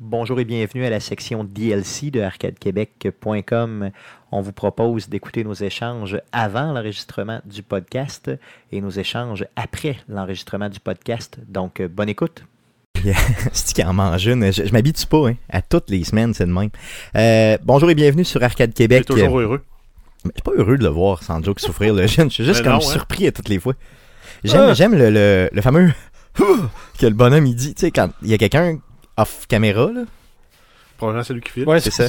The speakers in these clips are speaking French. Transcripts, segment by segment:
Bonjour et bienvenue à la section DLC de arcadequebec.com. On vous propose d'écouter nos échanges avant l'enregistrement du podcast et nos échanges après l'enregistrement du podcast. Donc, bonne écoute. C'est qui en mange une. Je, je m'habitue pas, hein. À toutes les semaines, c'est de même. Euh, bonjour et bienvenue sur Arcade Québec. Je suis toujours heureux. Je suis pas heureux de le voir, sans joke, souffrir, le jeune. Je suis juste Mais comme non, hein. surpris à toutes les fois. J'aime, Ah. j'aime le, le- le fameux que le bonhomme il dit, tu sais, quand il y a quelqu'un off caméra, là, Probablement celui qui file. Ouais, c'est ça,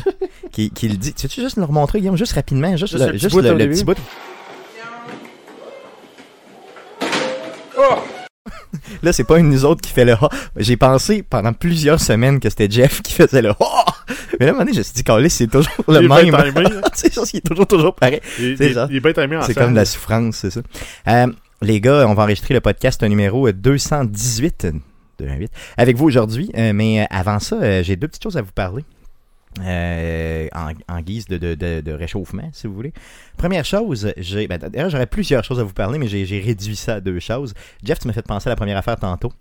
qui, qui le dit. Tu veux juste nous le remontrer, Guillaume, juste rapidement, juste, Juste le, le petit juste bout le- au le début. petit bout. Là, c'est pas une de nous autres qui fait le ha. J'ai pensé pendant plusieurs semaines que c'était Jeff qui faisait le ha. Mais là, à un moment donné, je me suis dit, Calais, c'est toujours le Il est même. bien timé, là. Tu sais, genre, il est toujours, toujours pareil. Il, C'est il- ça. il est bien timé en C'est salle. comme de la souffrance, c'est ça. Euh, les gars, on va enregistrer le podcast numéro euh, 218 euh, 218, avec vous aujourd'hui. Euh, mais euh, avant ça, euh, j'ai deux petites choses à vous parler. euh, en, en guise de, de- de- de réchauffement, si vous voulez. Première chose, j'ai, ben, d'ailleurs, j'aurais plusieurs choses à vous parler, mais j'ai, j'ai réduit ça à deux choses. Jeff, tu m'as fait penser à la première affaire tantôt.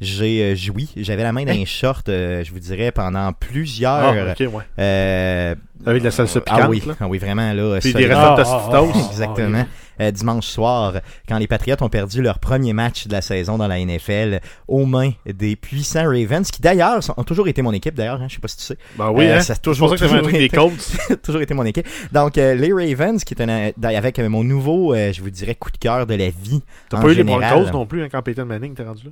J'ai euh, joui, j'avais la main dans un short, euh, je vous dirais, pendant Hein? Ah, plusieurs. ok, ouais. euh, Avec de la salsa piquante, ah oui, là. ah oui, vraiment, là. Puis des solide. restes Ah, de ah, toast. ah, Exactement. Euh, dimanche soir, quand les Patriotes ont perdu leur premier match de la saison dans la NFL aux mains des puissants Ravens, qui d'ailleurs sont- ont toujours été mon équipe, d'ailleurs, hein, je sais pas si tu sais, Ben oui, Euh, hein. ça a C'est pour ça que ça fait un truc des Colts. toujours été mon équipe. Donc, euh, les Ravens, qui est un- d'ailleurs, avec euh, mon nouveau, euh, je vous dirais, coup de cœur de la vie. T'as en pas eu les général. Broncos non plus, hein, quand Peyton Manning t'es rendu là.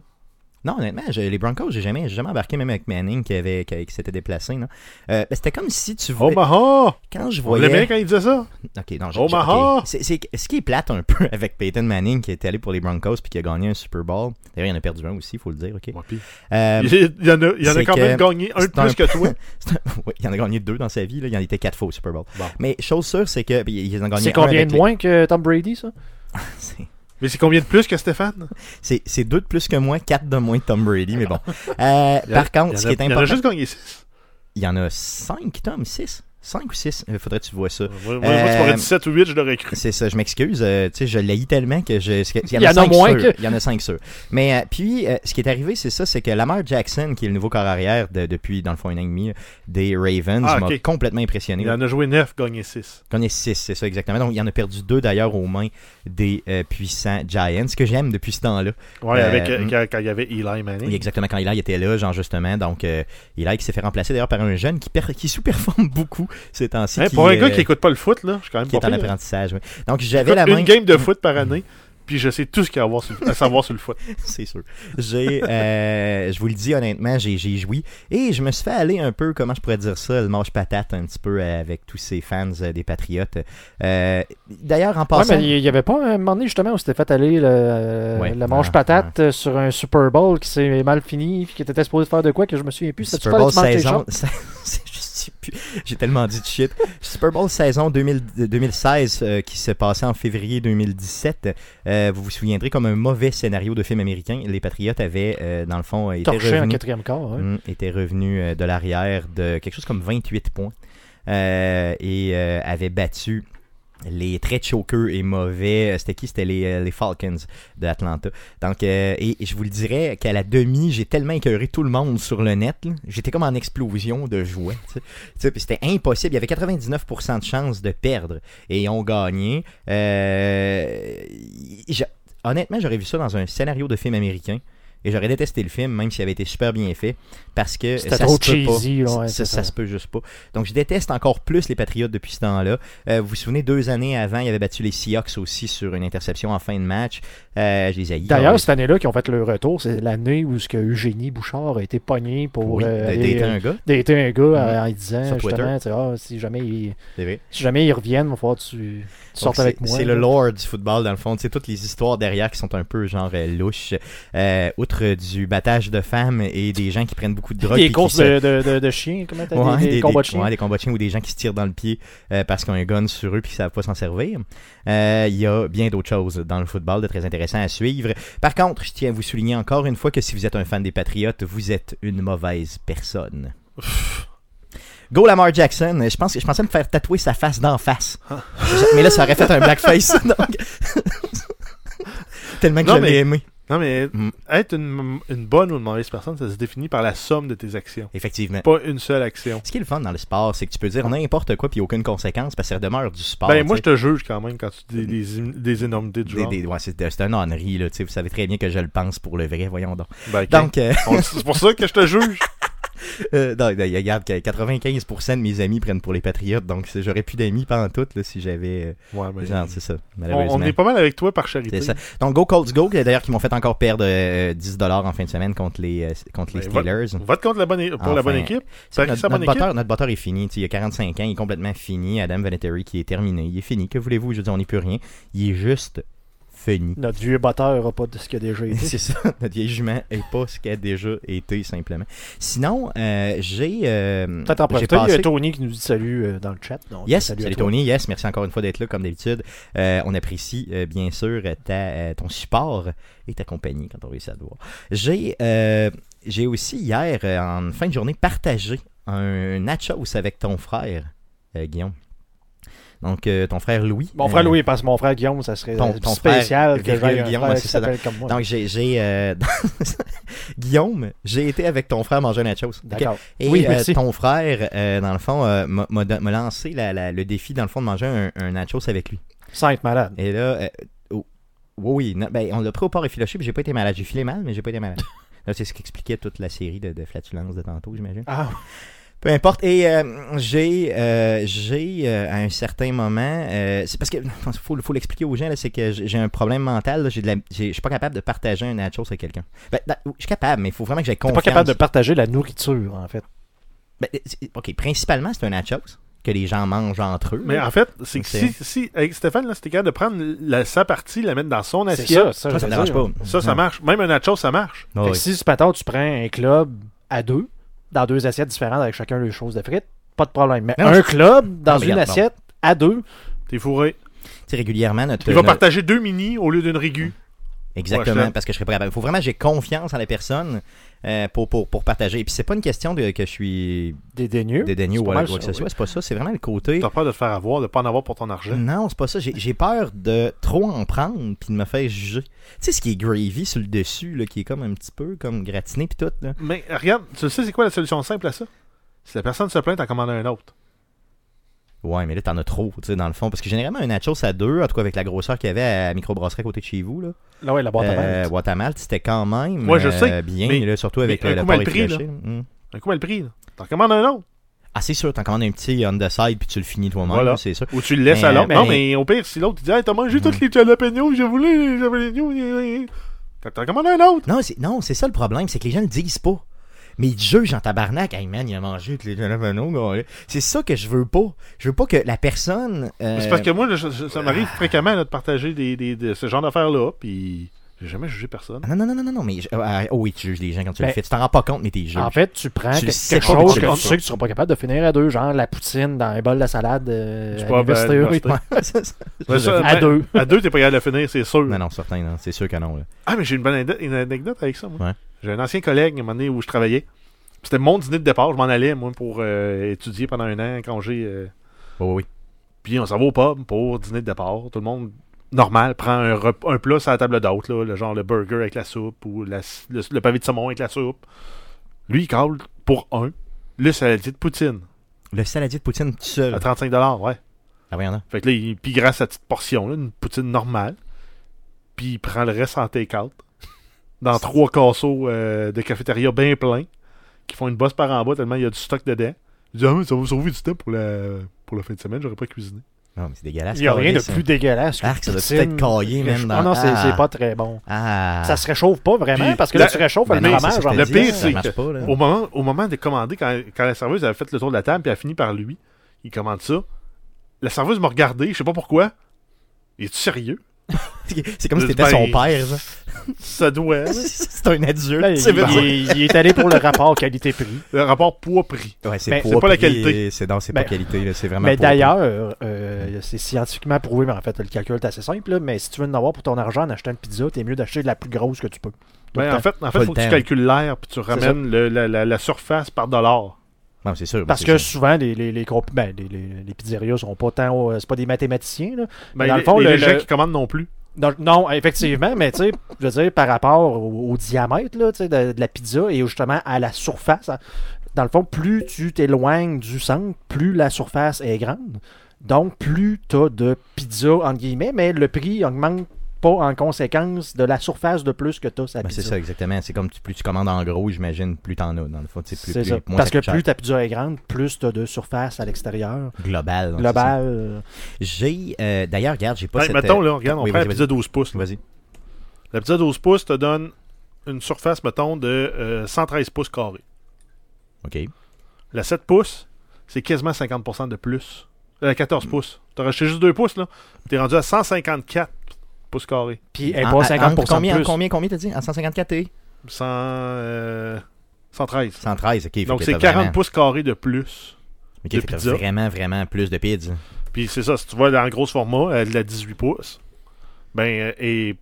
Non, honnêtement, j'ai- les Broncos, j'ai jamais, j'ai jamais embarqué, même avec Manning qui, avait, qui, qui s'était déplacé. non. Euh, ben, C'était comme si tu Oh voulais. Omaha! quand je On l'aimait voyais. quand il disait ça. Ok, non, je, Omaha! je- ok. C'est- c'est- ce qui est plate un peu avec Peyton Manning qui est allé pour les Broncos puis qui a gagné un Super Bowl. D'ailleurs, il en a perdu un aussi, il faut le dire, ok. Ouais, puis- Euh, Il il y en a, il y en a c'est quand même que gagné un de c'est plus un- que toi. c'est un- oui, il en a gagné deux dans sa vie, là. il en était quatre fois au Super Bowl. Bon. Mais chose sûre, c'est que puis il en a gagné C'est un combien avec de les- moins que Tom Brady, ça? C'est- Mais c'est combien de plus que Stéphane? C'est c'est deux de plus que moi, quatre de moins que Tom Brady, mais bon. Euh, Il y en a- par contre, ce il qui y est en a- Il y en a important, juste gagné 6. il y en a cinq, Tom, six, cinq ou six. Il faudrait que tu vois ça. Moi, moi, moi, Euh, tu m'aurais dit 7 ou 8, je l'aurais cru. C'est ça, je m'excuse. euh, tu sais, je l'ai tellement que je. ce que- Il Il y en a cinq moins sûrs. que- Il y en a cinq sûrs. Mais euh, puis, euh, ce qui est arrivé, c'est ça, c'est que Lamar Jackson, qui est le nouveau corps arrière de- depuis, dans le fond, un an et demi, euh, des Ravens, Ah, m'a ok. complètement impressionné. Il en a joué 9, gagné 6. On est six, c'est ça exactement. Donc, il en a perdu deux d'ailleurs aux mains des euh, puissants Giants, que j'aime depuis ce temps-là. Ouais, Euh, avec, euh, hmm. quand, quand il y avait Eli Manning. Oui, exactement. Quand Eli il était là, genre justement. Donc, euh, Eli qui s'est fait remplacer d'ailleurs par un jeune qui, per- qui sous-performe beaucoup ces temps-ci. Hein, pour un gars euh, qui écoute pas le foot, là, je suis quand même qui est pas en pire, hein. apprentissage. oui. Donc, j'avais la Écoute, main. Une game de foot par année, puis je sais tout ce qu'il y a à, voir sur le- à savoir sur le foot. c'est sûr. J'ai, euh, je vous le dis honnêtement, j'ai, j'ai joui. Et je me suis fait aller un peu, comment je pourrais dire ça, le manche patate un petit peu euh, avec tous ces fans euh, des Patriotes. Euh, d'ailleurs, en Ouais, passant. mais il y avait pas un moment donné, justement, où c'était fait aller le, euh, Ouais, le manche ouais, patate euh, sur un Super Bowl qui s'est mal fini puis qui était supposé de faire de quoi que je me souviens plus. C'était-tu Super fallait Bowl que tu manges tes saison. shorts? c'est- je sais plus. J'ai tellement dit de shit. Super Bowl saison 2000 2016 euh, qui se passait en février 2017. Euh, vous vous souviendrez comme un mauvais scénario de film américain. Les Patriotes avaient, euh, dans le fond, été Torché en revenus quatrième quart. ouais. Mm, était revenu euh, de l'arrière de quelque chose comme 28 points Euh, et euh, avait battu les très choqueux et mauvais. euh, C'était qui C'était les, euh, les Falcons d'Atlanta. Donc, euh, et, et je vous le dirais qu'à la demi, j'ai tellement écœuré tout le monde sur le net. là. J'étais comme en explosion de joie. tu sais. Tu sais, puis C'était impossible. Il y avait 99% de chances de perdre et ils ont gagné. Euh, je- honnêtement, j'aurais vu ça dans un scénario de film américain. Et j'aurais détesté le film, même s'il avait été super bien fait, parce que C'était ça trop se peut pas. cheesy, là, Ça- ouais, ça, c'est ça ça. se peut juste pas. Donc, je déteste encore plus les Patriotes depuis ce temps-là. Euh, vous vous souvenez, deux années avant, il avait battu les Seahawks aussi sur une interception en fin de match. Euh, je les haïs. D'ailleurs, cette année-là qui ont fait le retour, c'est l'année où ce que Eugénie Bouchard a été pogné pour oui, euh, de- aller, d'être euh, un gars, dater un gars en, en disant Sur Twitter. justement, tu sais, Ah, si jamais ils c'est vrai. si jamais ils reviennent, il va falloir que tu, tu Donc, sortes c'est- avec moi. C'est le là. lore du football, dans le fond. C'est toutes les histoires derrière qui sont un peu genre euh, louches. Euh, outre du battage de femmes et des gens qui prennent beaucoup de drogue. puis Des qui courses se- de, de, de, de chiens, comment t'as Ouais, des, des combats de chiens. ouais, des combats de chiens ou des gens qui se tirent dans le pied euh, parce qu'ils ont un gun sur eux et qu'ils ne savent pas s'en servir. Euh, Il y a bien d'autres choses dans le football de très intéressant à suivre. Par contre, je tiens à vous souligner encore une fois que si vous êtes un fan des Patriotes, vous êtes une mauvaise personne. Go Lamar Jackson, je, pense, je pensais me faire tatouer sa face d'en face. Je- mais là, ça aurait fait un blackface. donc- Tellement que Non, je l'ai mais- aimé. Non, mais Mm. être une, une bonne ou une mauvaise personne, ça se définit par la somme de tes actions. Effectivement. Pas une seule action. Ce qui est le fun dans le sport, c'est que tu peux dire n'importe quoi puis aucune conséquence parce que ça demeure du sport. ben, moi, Bah, tu je te juge quand même quand tu dis des, des énormités de sais. genre. Des- des- ouais, c'est c'est un honnerie, là, tu sais, vous savez très bien que je le pense pour le vrai, voyons donc. Ben, ok. Donc, euh, On- C'est pour ça que je te juge. euh, non, ben, regarde, que 95% de mes amis prennent pour les Patriotes, donc c'est- j'aurais plus d'amis pas en tout là, si j'avais... Ouais, euh, mais genre, c'est ça, on, malheureusement. on est pas mal avec toi par charité. C'est ça. Donc, Go Colts Go, qui, d'ailleurs, qui m'ont fait encore perdre euh, 10$ en fin de semaine contre les, euh, contre les Ben, va- Steelers. Vote contre la bonne, é- pour la Enfin. bonne équipe. C'est T'as Notre, sa bonne notre équipe? batteur, notre batteur est fini. tu sais, Il a 45 ans, il est complètement fini. Adam Vinatieri qui est terminé. Il est fini. Que voulez-vous? Je veux dire, on n'est plus rien. Il est juste fini. Notre vieux batteur n'a pas de ce qu'il a déjà été. C'est ça, notre vieil jument n'est pas ce qu'elle a déjà été, simplement. Sinon, euh, j'ai. euh, Peut-être en j'ai profiter, il y passé- a Tony qui nous dit salut euh, dans le chat. Donc, Yes, salut, salut, à toi. Tony, yes, merci encore une fois d'être là comme d'habitude. Euh, on apprécie euh, bien sûr euh, ta, euh, ton support et ta compagnie quand on réussit à te voir. J'ai euh, j'ai aussi hier, euh, en fin de journée, partagé un nachos avec ton frère, euh, Guillaume. Donc, euh, ton frère Louis. Mon frère euh, Louis, parce que mon frère Guillaume, ça serait Ton- euh, ton spécial frère, que j'aille un Guillaume, frère ouais, c'est qui ça, s'appelle comme moi. Donc, j'ai. j'ai, euh, Guillaume, j'ai été avec ton frère manger un nachos. D'accord. Et Oui, euh, merci. ton frère, euh, dans le fond, euh, m'a- m'a don- m'a lancé la- la- le défi, dans le fond, de manger un, un nachos avec lui. Sans être malade. Et là, euh, oh, oui, oui, non, ben, on l'a pris au port effiloché, puis j'ai pas été malade. J'ai filé mal, mais j'ai pas été malade. Là, c'est ce qui expliquait toute la série de, de flatulences de tantôt, j'imagine. Ah, Peu importe. Et euh, j'ai, euh, j'ai euh, à un certain moment, euh, c'est parce que faut, faut l'expliquer aux gens là, c'est que j'ai j'ai un problème mental. là, j'ai de la- j'ai- je suis pas capable de partager un nachos avec quelqu'un. Ben, ben, je suis capable, mais il faut vraiment que j'ai t'es confiance. pas capable de partager la nourriture, en fait. Ben, c'est- ok, principalement, c'est un nachos que les gens mangent entre eux. Mais ah, en fait, c'est que Ok. si, si avec Stéphane, là, c'était capable de prendre la, sa partie, la mettre dans son C'est ça, assiette, ça, ça, ça je veux me dérange dire. pas. Ah, ça, ça Ouais. marche. Même un nacho, ça marche. Ouais, Fait que ouais. si, ce matin, tu prends un club à deux, dans deux assiettes différentes avec chacun leurs choses de frites, pas de problème. Mais Non, un je- club dans Non, mais une regarde, assiette à deux, T'es fourré. Tu sais, régulièrement, notre. Il va notre- partager deux mini au lieu d'une rigueur. Exactement, Ouais, je- parce que je serais pas capable. Il faut vraiment que j'ai confiance en la personne euh, pour, pour, pour partager. Et puis, c'est pas une question de, que je suis dédaigneux. dédaigneux C'est ou pas quoi mal que ça, ce soit. ouais. C'est pas ça. C'est vraiment le côté. T'as peur de te faire avoir, de pas en avoir pour ton argent. Non, c'est pas ça. J'ai j'ai peur de trop en prendre puis de me faire juger. Tu sais, ce qui est gravy sur le dessus, là, qui est comme un petit peu comme gratiné puis tout. Là. Mais regarde, tu sais c'est quoi la solution simple à ça? Si la personne se plaint, t'en commandes un autre. Ouais, mais là, t'en as trop, tu sais, dans le fond. Parce que généralement, un nachos à deux, en tout cas avec la grosseur qu'il y avait à microbrasserie à côté de chez vous, là, Là, ouais, la boîte à euh, malt. boîte à malt, c'était quand même Ouais, je euh, sais, bien, mais- là, surtout avec mais un euh, le coup porc mal pris, là. effiloché, là. Mm. Un coup mal pris, là. T'en commandes un autre. Ah, c'est sûr, t'en commandes un petit on the side puis tu le finis toi-même, Voilà. là, c'est sûr. Ou tu le laisses Mais, à l'autre. mais- Non, mais au pire, si l'autre, il dit, hey, t'as mangé Mm. toutes les jalapenos, j'ai voulu les jalapenos. gna, gna, gna. T'en- T'en commandes un autre. Non, c'est, non, c'est ça le problème, c'est que les gens le disent pas. Mais ils te jugent en tabarnak. Hey man, il a mangé avec les jalapenos, gars. C'est ça que je veux pas. Je veux pas que la personne. euh, ah. Mais C'est parce que moi, je- je- ça m'arrive fréquemment là, de partager des, des- de ce genre d'affaires-là, puis j'ai jamais jugé personne. Ah, Non, non, non, non, non, non, mais. je- ah, ah, oh oui, tu juges les gens quand tu le Ben, fais. Tu t'en rends pas compte, mais t'es juges. En fait, tu prends Tu le que- sais quelque pas, mais chose tu que le tu fais. sais que tu seras pas capable de finir à deux, genre la poutine dans un bol de salade euh, Du à poivre à l'université, oui. l'université. C'est ça. Ouais, ça, à ben, deux. À deux, t'es pas capable de finir, c'est sûr. Non, non, certain, non. C'est sûr que non. là. Ah, mais j'ai une bonne ane- une anecdote avec ça, moi. Ouais. J'ai un ancien collègue, à un moment donné, où je travaillais. Puis C'était mon dîner de départ. Je m'en allais, moi, pour euh, étudier pendant un an, congé. euh. Oh, oui. Puis on s'en va au pub pour dîner de départ. Tout le monde, normal, prend un, rep- un plat sur la table d'hôte, là, le genre le burger avec la soupe ou la s- le, le pavé de saumon avec la soupe. Lui, il colle pour un le saladier de poutine Le saladier de poutine tout seul. à 35$, ouais. Ah oui, y en a. Fait que là, il puis il grasse sa petite portion, là, une poutine normale. Puis il prend le reste en take-out. Dans trois casseaux euh, de cafétéria bien pleins. Qui font une bosse par en bas tellement il y a du stock dedans. Il dit Ah, mais ça va vous sauver du temps pour la, pour la fin de semaine, j'aurais pas cuisiné. Non, mais c'est dégueulasse. hein. Il n'y a rien de ça. plus dégueulasse que Arc, ça doit poutine, peut-être cailler, quelque même, chose. dans- Non, non, c'est Ah. c'est pas très bon. Ah. Ça se réchauffe pas vraiment, Puis, parce que là, la- tu réchauffes Ben le non, fromage. ça, en je Le te dis, pire, ça c'est marche que- pas, là. Au moment, au moment de commander, quand, quand la serveuse avait fait le tour de la table puis elle a fini par lui, il commande ça. La serveuse m'a regardé, je sais pas pourquoi. Es-tu sérieux? C'est comme si t'étais Ben, son père, ça. Ça doit. là. C'est un adulte. Là, il, c'est vrai. il- il est allé pour le rapport qualité-prix. Le rapport poids-prix. Ouais, c'est Mais pour c'est pas la prix, qualité. euh, C'est non, c'est Ben, pas qualité, là, c'est vraiment Mais pour prix. d'ailleurs, euh, c'est scientifiquement prouvé, mais en fait, le calcul est assez simple. là, mais si tu veux en avoir pour ton argent en achetant une pizza, t'es mieux d'acheter la plus grosse que tu peux. Tout le Ben, en temps. fait, en Pas fait, le faut que tu temps. calcules l'air puis tu ramènes le- la, la- la surface par dollar. Non, c'est sûr. Parce c'est que sûr. souvent, les, les, les, comp- ben, les, les- les pizzerias sont pas tant. euh, c'est pas des mathématiciens. là. Ben, Dans les- le fond, les, le- gens le- qui commandent non plus. Donc, non, effectivement, mais tu sais, je veux dire, par rapport au, au diamètre là, tu sais, de, de la pizza et justement à la surface, hein, dans le fond, plus tu t'éloignes du centre, plus la surface est grande. Donc, plus tu as de pizza, entre guillemets, mais le prix augmente pas en conséquence de la surface de plus que tu as sa Ben, c'est pizza. ça, exactement. C'est comme tu- plus tu commandes en gros, j'imagine, plus t'en as dans le fond. tu sais, plus- C'est plus- ça. moins Parce ça que coûte cher. plus ta pizza est grande, plus tu as de surface à l'extérieur. global. donc, Global. euh, c'est ça. J'ai euh, d'ailleurs, regarde, j'ai pas Hey, cette Ben, mettons, là, regarde, on oui, prend la vas-y, pizza 12 pouces. là. Vas-y. La pizza 12 pouces te donne une surface, mettons, de euh, 113 pouces carrés. OK. La 7 pouces, c'est quasiment 50% de plus. La 14 pouces. T'as racheté juste 2 pouces, là. T'es rendu à 154 pouces carrés. Puis elle est En- pas en- 50% en- combien, de plus. en combien, combien t'as dit En 154 et 100, euh, 113. 113, OK. Donc, c'est 40 pouces carrés de plus. de t'as pizza. vraiment, vraiment plus de pizza. Puis c'est ça, si tu vois dans le gros format, euh, de la 18 pouces, ben, euh, et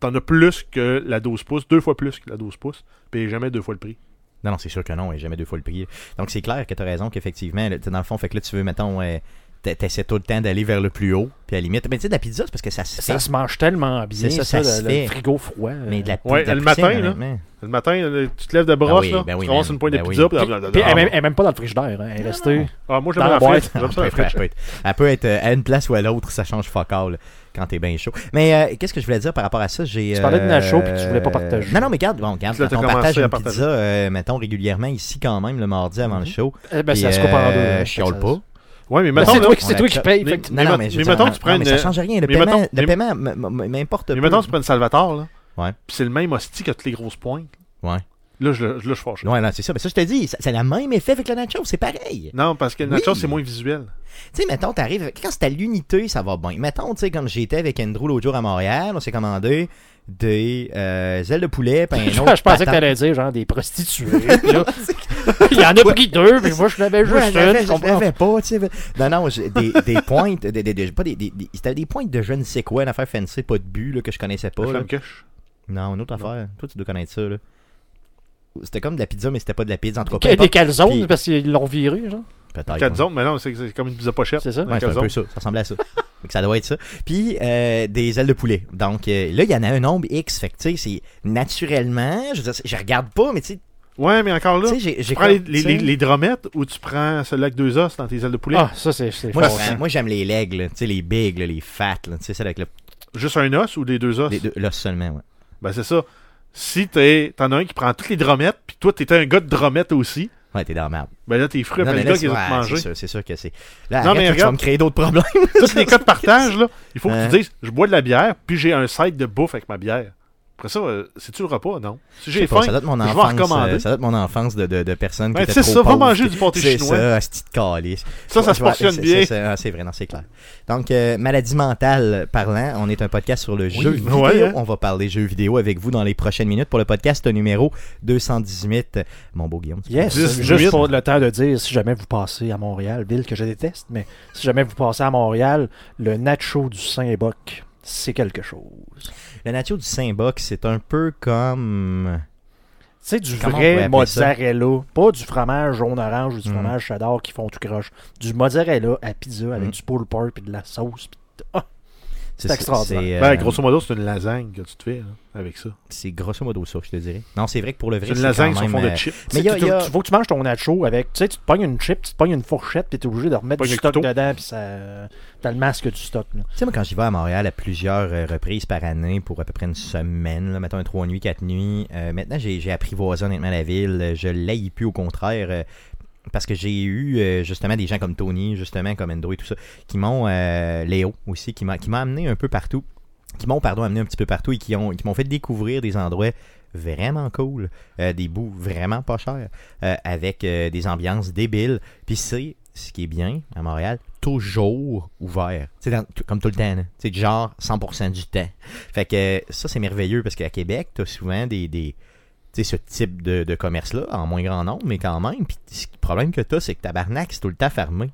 t'en as plus que la 12 pouces, deux fois plus que la 12 pouces, puis jamais deux fois le prix. Non, non, c'est sûr que non, et jamais deux fois le prix. Donc, c'est clair que t'as raison qu'effectivement, là, t'sais, dans le fond, fait que là, tu veux, mettons, euh, t'a- t'essaies tout le temps d'aller vers le plus haut, puis à la limite. Mais tu sais, de la pizza, c'est parce que ça se Ça fait. se mange tellement C'est bien, ça, ça, ça se le, fait. le frigo froid. euh. Mais de la, Ouais, de la le poutine, matin, là. honnêtement. Le matin, euh, tu te lèves de brosse, oui, là, ben tu oui, commences man, une pointe ben de oui. pizza, puis Puis- blablabla. puis elle, même- elle est même pas dans le frigidaire, hein, elle est restée Ah, moi, je dans la mets la dans la boîte. frite. J'aime ça, Elle la peut, frite. être, elle peut être- elle peut être, euh, à une place ou à l'autre, ça change focal quand t'es bien chaud. Mais euh, qu'est-ce que je voulais dire par rapport à ça J'ai, Tu parlais de euh, Nacho, puis tu voulais pas partager. Non, non, mais garde, bon, garde, Tu l'as quand on commencé partage à une partager. Mhm. pizza, euh, mettons, régulièrement ici quand même, le mardi avant le show. Eh ben, puis, ça se coupe en deux. euh, hein, Je chiale ça- pas. Ouais, mais Ben, mettons, c'est là, toi, qui- c'est on toi qui l'accepte. paye. Mais- fait que- Non, mais- non, mais, je mais veux dire, mettons non, que tu prennes mais ça une- euh, change rien. Le mais paiement, mettons- le mais- paiement m- m- m'importe mais peu. mettons, tu prends une Salvatore, là, Ouais. puis c'est le même hostie que toutes les grosses pointes. Ouais. Là, je, le- là, je suis fâché. Ouais, non, c'est ça. Mais ça, je te dis, ça- c'est le même effet avec le nacho, c'est pareil. Non, parce que le nacho, Oui. c'est moins visuel. Tu sais, mettons, t'arrives. Quand c'est à l'unité, ça va bien. Mettons, tu sais, comme j'étais avec Andrew l'autre jour à Montréal, on s'est commandé des euh, ailes de poulet, puis un Je autre. pensais que patate. t'allais dire genre des prostituées. puis là, Il y en a pris deux, mais moi je l'avais Moi, juste j'en avais- une. tu j'en comprends? avais pas, tu sais. Non, non, j'ai- des, des pointes, des, des- des- pas des, des- des- c'était des pointes de je ne sais quoi, une affaire fancy, pas de but, là, que je connaissais pas. La là. flamme-queche. Non, une autre affaire. Toi, tu dois connaître ça, là. C'était comme de la pizza, mais c'était pas de la pizza, en tout cas. peu Des des importe. calzones Puis- parce qu'ils l'ont viré, genre. Peut-être. Quatre ouais. zones, mais non, c'est c'est comme une pizza pochette. C'est ça? Une Ouais, c'est un calzone. peu ça. Ça ressemblait à ça. Fait que ça doit être ça. Puis, euh, des ailes de poulet. Donc, euh, là, il y en a un nombre X. Fait que, tu sais, c'est naturellement. Je veux dire, c'est- je regarde pas, mais tu sais, Ouais, mais encore tu là, sais, j'ai. j'ai tu prends les, comme- les, tu sais, les, les dromettes ou tu prends celui avec deux os dans tes ailes de poulet. Ah, ça c'est c'est Moi, fort, je prends- hein. moi, j'aime les legs, là. Tu sais, les bigs, là, les fat, là. Tu sais, celle avec le. Juste un os ou les deux os. les deux- Là seulement, ouais. Ben, c'est ça. Si t'es- t'en as un qui prend toutes les dromettes, puis toi, t'étais un gars de dromettes aussi, Ouais, t'es dans la merde. ben là, t'es fruit Non, après mais le là, gars qui c'est- les ouais, a c'est mangés. sûr, c'est sûr que c'est. Là, Non, arrête, mais là, tu vas regarde. me créer d'autres problèmes. Tous les cas de partage, là, il faut Hein? que tu dises je bois de la bière, puis j'ai un site de bouffe avec ma bière. Après ça, euh, c'est-tu le repas, non Si Je j'ai sais pas, faim, ça date mon je vais en enfance. recommander. euh, Ça date mon enfance de, de, de personnes Ben, qui c'est étaient ça, trop va pauvres. manger du pâté C'est chinois. ça, asti de calice. Ça, ça Ouais, se ouais, portionne c'est- bien. C'est, c'est- ah, c'est vrai, non, c'est clair. Donc, euh, maladie mentale parlant, on est un podcast sur le jeu vidéo. Ouais, hein. On va parler jeu vidéo avec vous dans les prochaines minutes pour le podcast numéro 218. Mon beau Guillaume. tu Yes, Dix, juste huit. pour le temps de dire, si jamais vous passez à Montréal, ville que je déteste, mais si jamais vous passez à Montréal, le nacho du Saint-Boc, c'est quelque chose. peux- Le nature du Saint-Boc, c'est un peu comme. C'est du Comment on pourrait vrai appeler ça? mozzarella, pas du fromage jaune-orange ou du Mm. fromage cheddar qui font tout croche. Du mozzarella à pizza avec Mm. du pulled pork puis de la sauce. puis- Ah, C'est, extraordinaire. c'est, euh, Ben, grosso modo, c'est une lasagne que tu te fais là, avec ça. c'est grosso modo ça, je te dirais. Non, c'est vrai que pour le vrai. C'est une quand lasagne sur même, fond euh, de chips. Mais il y a- tu sais, il y a- tu- tu- faut que tu manges ton nacho avec, tu sais, tu te pognes une chip, tu te pognes une fourchette puis t'es obligé de remettre Pognes du un stock couteau. dedans puis ça, t'as le masque du stock. là. Tu sais, moi, quand j'y vais à Montréal à plusieurs euh, reprises par année pour à peu près une semaine, là, mettons un trois nuits, quatre nuits, euh, maintenant j'ai, j'ai apprivoisé honnêtement la ville. Je l'haïs plus, au contraire, euh, parce que j'ai eu euh, justement des gens comme Tony, justement, comme Endo et tout ça, qui m'ont. euh, Léo aussi, qui m'a, qui m'a amené un peu partout, qui m'ont, pardon, amené un petit peu partout et qui, ont, qui m'ont fait découvrir des endroits vraiment cool, euh, des bouts vraiment pas chers, euh, avec euh, des ambiances débiles. Puis c'est ce qui est bien à Montréal, toujours ouvert. Tu sais, dans- tout- comme tout le temps. là. Tu sais, genre 100% du temps. Fait que euh, ça, c'est merveilleux parce qu'à Québec, tu as souvent des. des tu sais, ce type de, de commerce-là, en moins grand nombre, mais quand même. Puis le problème que tu as, c'est que tabarnak, c'est tout le temps fermé.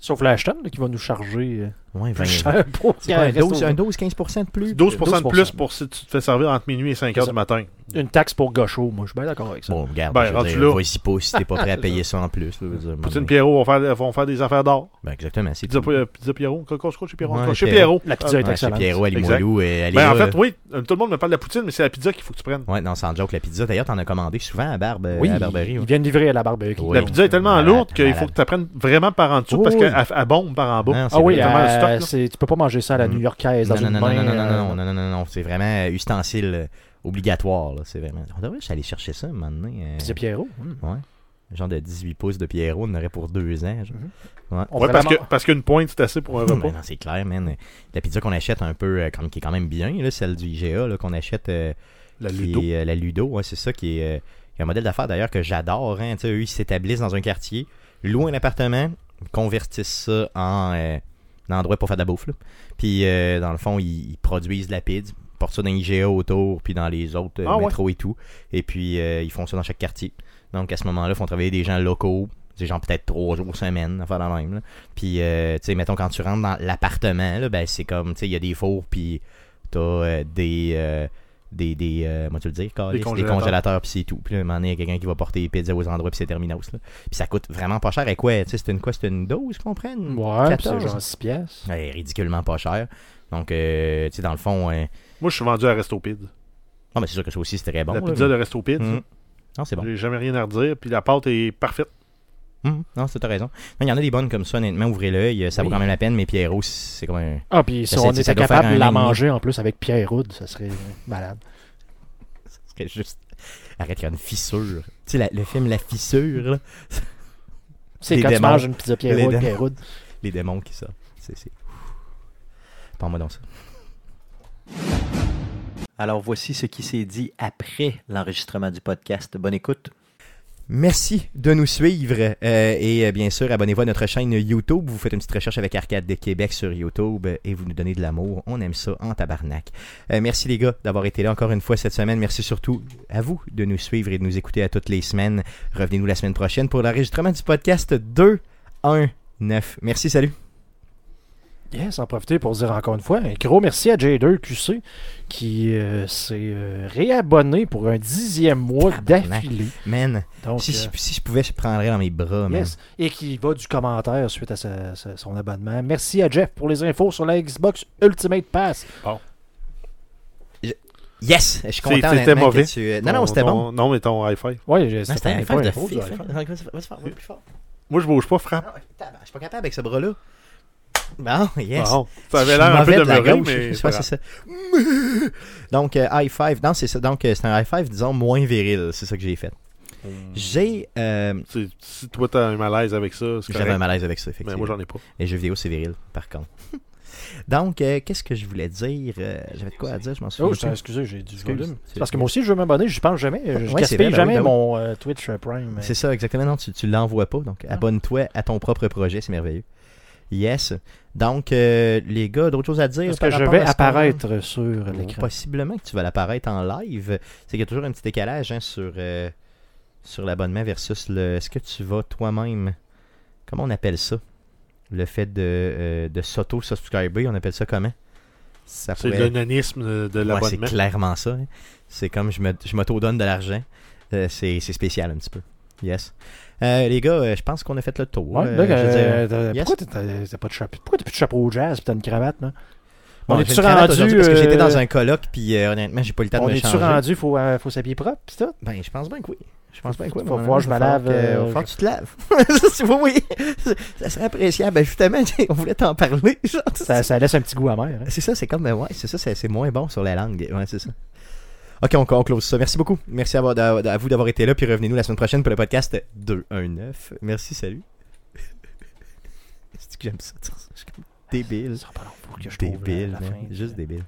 Sauf l'Ashton là, qui va nous charger euh, Ouais, 20 Plus cher pour C'est quoi, un un resto. 12, un 12-15% de plus. 12, de 12%. plus pour si tu te fais servir entre minuit et 5 C'est heures ça. du matin. Une taxe pour gaucho, moi, je suis bien d'accord avec ça. Bon, regarde, Ben, je veux rendu dire, là. vas-y pas si t'es pas prêt à payer ça en plus. là, je veux dire, Poutine ben, Pierrot vont faire, vont faire des affaires d'or. ben, exactement, c'est Pizza, tout. euh, pizza Pierrot. Coco, je crois que chez Pierrot. Ouais, En tout cas, chez Pierrot. Pierrot. La pizza est Ouais, chez excellente. Pierrot, Ali Exact. Moilou, euh, allez Ben, en là. fait, oui, euh, tout le monde me parle de la poutine, mais c'est la pizza qu'il faut que tu prennes. Ouais, non, sans joke, la pizza. D'ailleurs, t'en as commandé souvent à Barbe, Oui, euh, à Barberie. ils ouais. viennent livrer à la barbecue. Oui. La pizza est tellement Malade, lourde qu'il faut malade. que tu apprennes vraiment par en dessous Oui, parce oui. qu'elle elle bombe par en bas. Non, c'est Ah oui, vrai. vraiment euh, un stock, là. c'est- tu peux pas manger ça à la Mm. new-yorkaise dans Non, non, une non, non, main. non, non, non, euh, non, non, non, non, non, c'est vraiment euh, ustensile euh, obligatoire. là, C'est vraiment. On devrait juste aller chercher ça un moment donné. euh, Pizza Pierrot. Mm. Ouais. Un Genre de 18 pouces de Pierrot, on en aurait pour deux ans. genre. On Ouais, pourrait parce la man- que- parce qu'une pointe, c'est assez pour un Non, repas. mais non, c'est clair, man. La pizza qu'on achète un peu, euh, comme, qui est quand même bien, là, celle du IGA, là, qu'on achète. euh, La qui Ludo. est, euh, la Ludo, ouais, c'est ça qui est. euh, il y a un modèle d'affaires d'ailleurs que j'adore. Hein, Tu sais, eux, ils s'établissent dans un quartier, louent un appartement, convertissent ça en euh, un endroit pour faire de la bouffe. là. Puis euh, dans le fond, ils, ils produisent de la pizza, portent ça dans IGA autour, puis dans les autres euh, Ah ouais. métros et tout. Et puis euh, ils font ça dans chaque quartier. Donc à ce moment-là, ils font travailler des gens locaux. Des gens peut-être trois jours, semaine, à faire la même. là. Puis, euh, tu sais, mettons, quand tu rentres dans l'appartement, là, ben, c'est comme, tu sais, il y a des fours, puis t'as euh, des, euh, des, des, euh, moi, tu le dire, câlisse, des congélateurs. congélateurs, puis c'est tout. Puis là, à un moment donné, il y a quelqu'un qui va porter les pizzas aux endroits, puis c'est terminos, là. Puis ça coûte vraiment pas cher. Et quoi, tu sais, c'est une quoi, c'est une dose, qu'on prend? Une Ouais, puis 14? c'est genre 6 pièces. Ouais, ridiculement pas cher. Donc, euh, tu sais, dans le fond, euh, Moi, je suis vendu à Restopide. non, mais c'est sûr que ça aussi, c'est très bon. la là, pizza mais- de Restopide, Mm. Non, c'est bon. j'ai jamais rien à redire. Puis la pâte est parfaite. Mm. Non, c'est- t'as raison. Non, Il y en a des bonnes comme ça, honnêtement, ouvrez l'œil, euh, ça vaut Oui. quand même la peine, mais Pierrot, c'est comme un. Ah, puis si Ça, on Ben, c'est- ça était doit faire capable un de la an et demi. manger en plus avec Pierre Roud, ça serait malade. serait juste. Arrête, il y a une fissure. Tu sais, la- le film La Fissure, là, C'est Les quand tu démons. manges une pizza Pierre Les Roud, démons. Pierre Roud. les démons qui sortent. C'est. c'est- Parle-moi dans ça. Alors voici ce qui s'est dit après l'enregistrement du podcast. Bonne écoute. Merci de nous suivre euh, et euh, bien sûr abonnez-vous à notre chaîne YouTube. Vous faites une petite recherche avec Arcade de Québec sur YouTube euh, et vous nous donnez de l'amour. On aime ça en tabarnak. Euh, merci les gars d'avoir été là encore une fois cette semaine. Merci surtout à vous de nous suivre et de nous écouter à toutes les semaines. Revenez-nous la semaine prochaine pour l'enregistrement du podcast 219. Merci, salut. Yes, en profiter pour dire encore une fois un gros merci à J2QC qui euh, s'est euh, réabonné pour un dixième mois Tabarnak. d'affilée. Man, Donc, si, si- euh, si je pouvais, je prendrais dans mes bras, man. yes. Et qui va du commentaire suite à sa- sa- son abonnement. Merci à Jeff pour les infos sur la Xbox Ultimate Pass. Yes! Je C'est- suis content. c'était honnêtement, que mauvais. tu- Non, non, Ton- c'était ton- bon. Non, mais ton hi-fi. Ouais, Non, Ben, c'était Stéphane un n'est fan pas de hein. faux, FIFA. Jeff. Vas-y, vas-y, vas-y, vas-y, plus fort. Moi, je bouge pas, frappe. Ah ouais, tabarnak, Je suis pas capable avec ce bras-là. Bon, yes. Bon, Ah, ça Je avait suis l'air un peu mauvais de la meurer, gauche, mais. je sais pas, c'est c'est grave. ça. Donc, euh, high five. Non, c'est ça. Donc, euh, c'est un high five, disons, moins viril. C'est ça que j'ai fait. J'ai. euh, C'est- Si toi, t'as un malaise avec ça, c'est J'avais un correct. malaise avec ça, effectivement. Mais moi, j'en ai pas. Les jeux vidéo, c'est viril, par contre. Donc, euh, qu'est-ce que je voulais dire Euh, J'avais de quoi à dire, je m'en souviens. Oh, je plus. t'en- excusez, j'ai du Excuse. volume. C'est- Parce que moi aussi, je veux m'abonner, je pense jamais. Ouais, Je c'est gaspille vrai, ben jamais oui, ben oui. mon euh, Twitch euh, Prime. C'est ça, exactement. Non, tu, tu l'envoies pas. Donc, abonne-toi à ton propre projet. C'est merveilleux. Yes. Donc, euh, les gars, d'autres choses à dire Parce par que je rapport vais à ce qu'on- apparaître sur Ou l'écran. Possiblement que tu vas l'apparaître en live. C'est qu'il y a toujours un petit décalage hein, sur, euh, sur l'abonnement versus le. Est-ce que tu vas toi-même. Comment on appelle ça Le fait de, euh, de s'auto-subscriber, on appelle ça comment ça C'est pourrait- l'anonisme de- de Ouais, c'est l'abonnement. clairement ça. hein. C'est comme je me- je m'auto-donne de l'argent. Euh, c'est c'est spécial un petit peu. Yes. Euh, les gars, euh, je pense qu'on a fait le tour. Ouais, Euh, là, je veux dire, euh, t'as- yes. pourquoi t'as- t'as t'as pas de chapeau? Pourquoi t'as plus de chapeau au jazz pis t'as une cravate, là? Bon, on j'ai est-tu une cravate aujourd'hui rendu. Parce que j'étais euh, dans un colloque, puis euh, honnêtement, j'ai pas eu le temps On de me est-tu changer. rendu, faut, euh, faut s'habiller propre pis tout? Ben, je pense bien que oui. Je pense bien que oui. Faut mon voir, ami, je va me falloir lave, que- euh, va falloir que tu te laves. C'est- oui, oui. Ça serait appréciable. Ben, justement, on voulait t'en parler. genre. Ça, ça laisse un petit goût amer. hein. C'est ça, c'est comme. euh, Ouais, c'est ça, c'est c'est moins bon sur la langue. Ouais, c'est ça. Ok, on, on close ça. Merci beaucoup. Merci à, vo- d'a- à vous d'avoir été là. Puis revenez-nous la semaine prochaine pour le podcast 219. Merci, salut. C'est que j'aime ça. Je suis comme débile. Ça sera pas long pour que je trouve la- Débile, la man. fin. euh, Juste débile.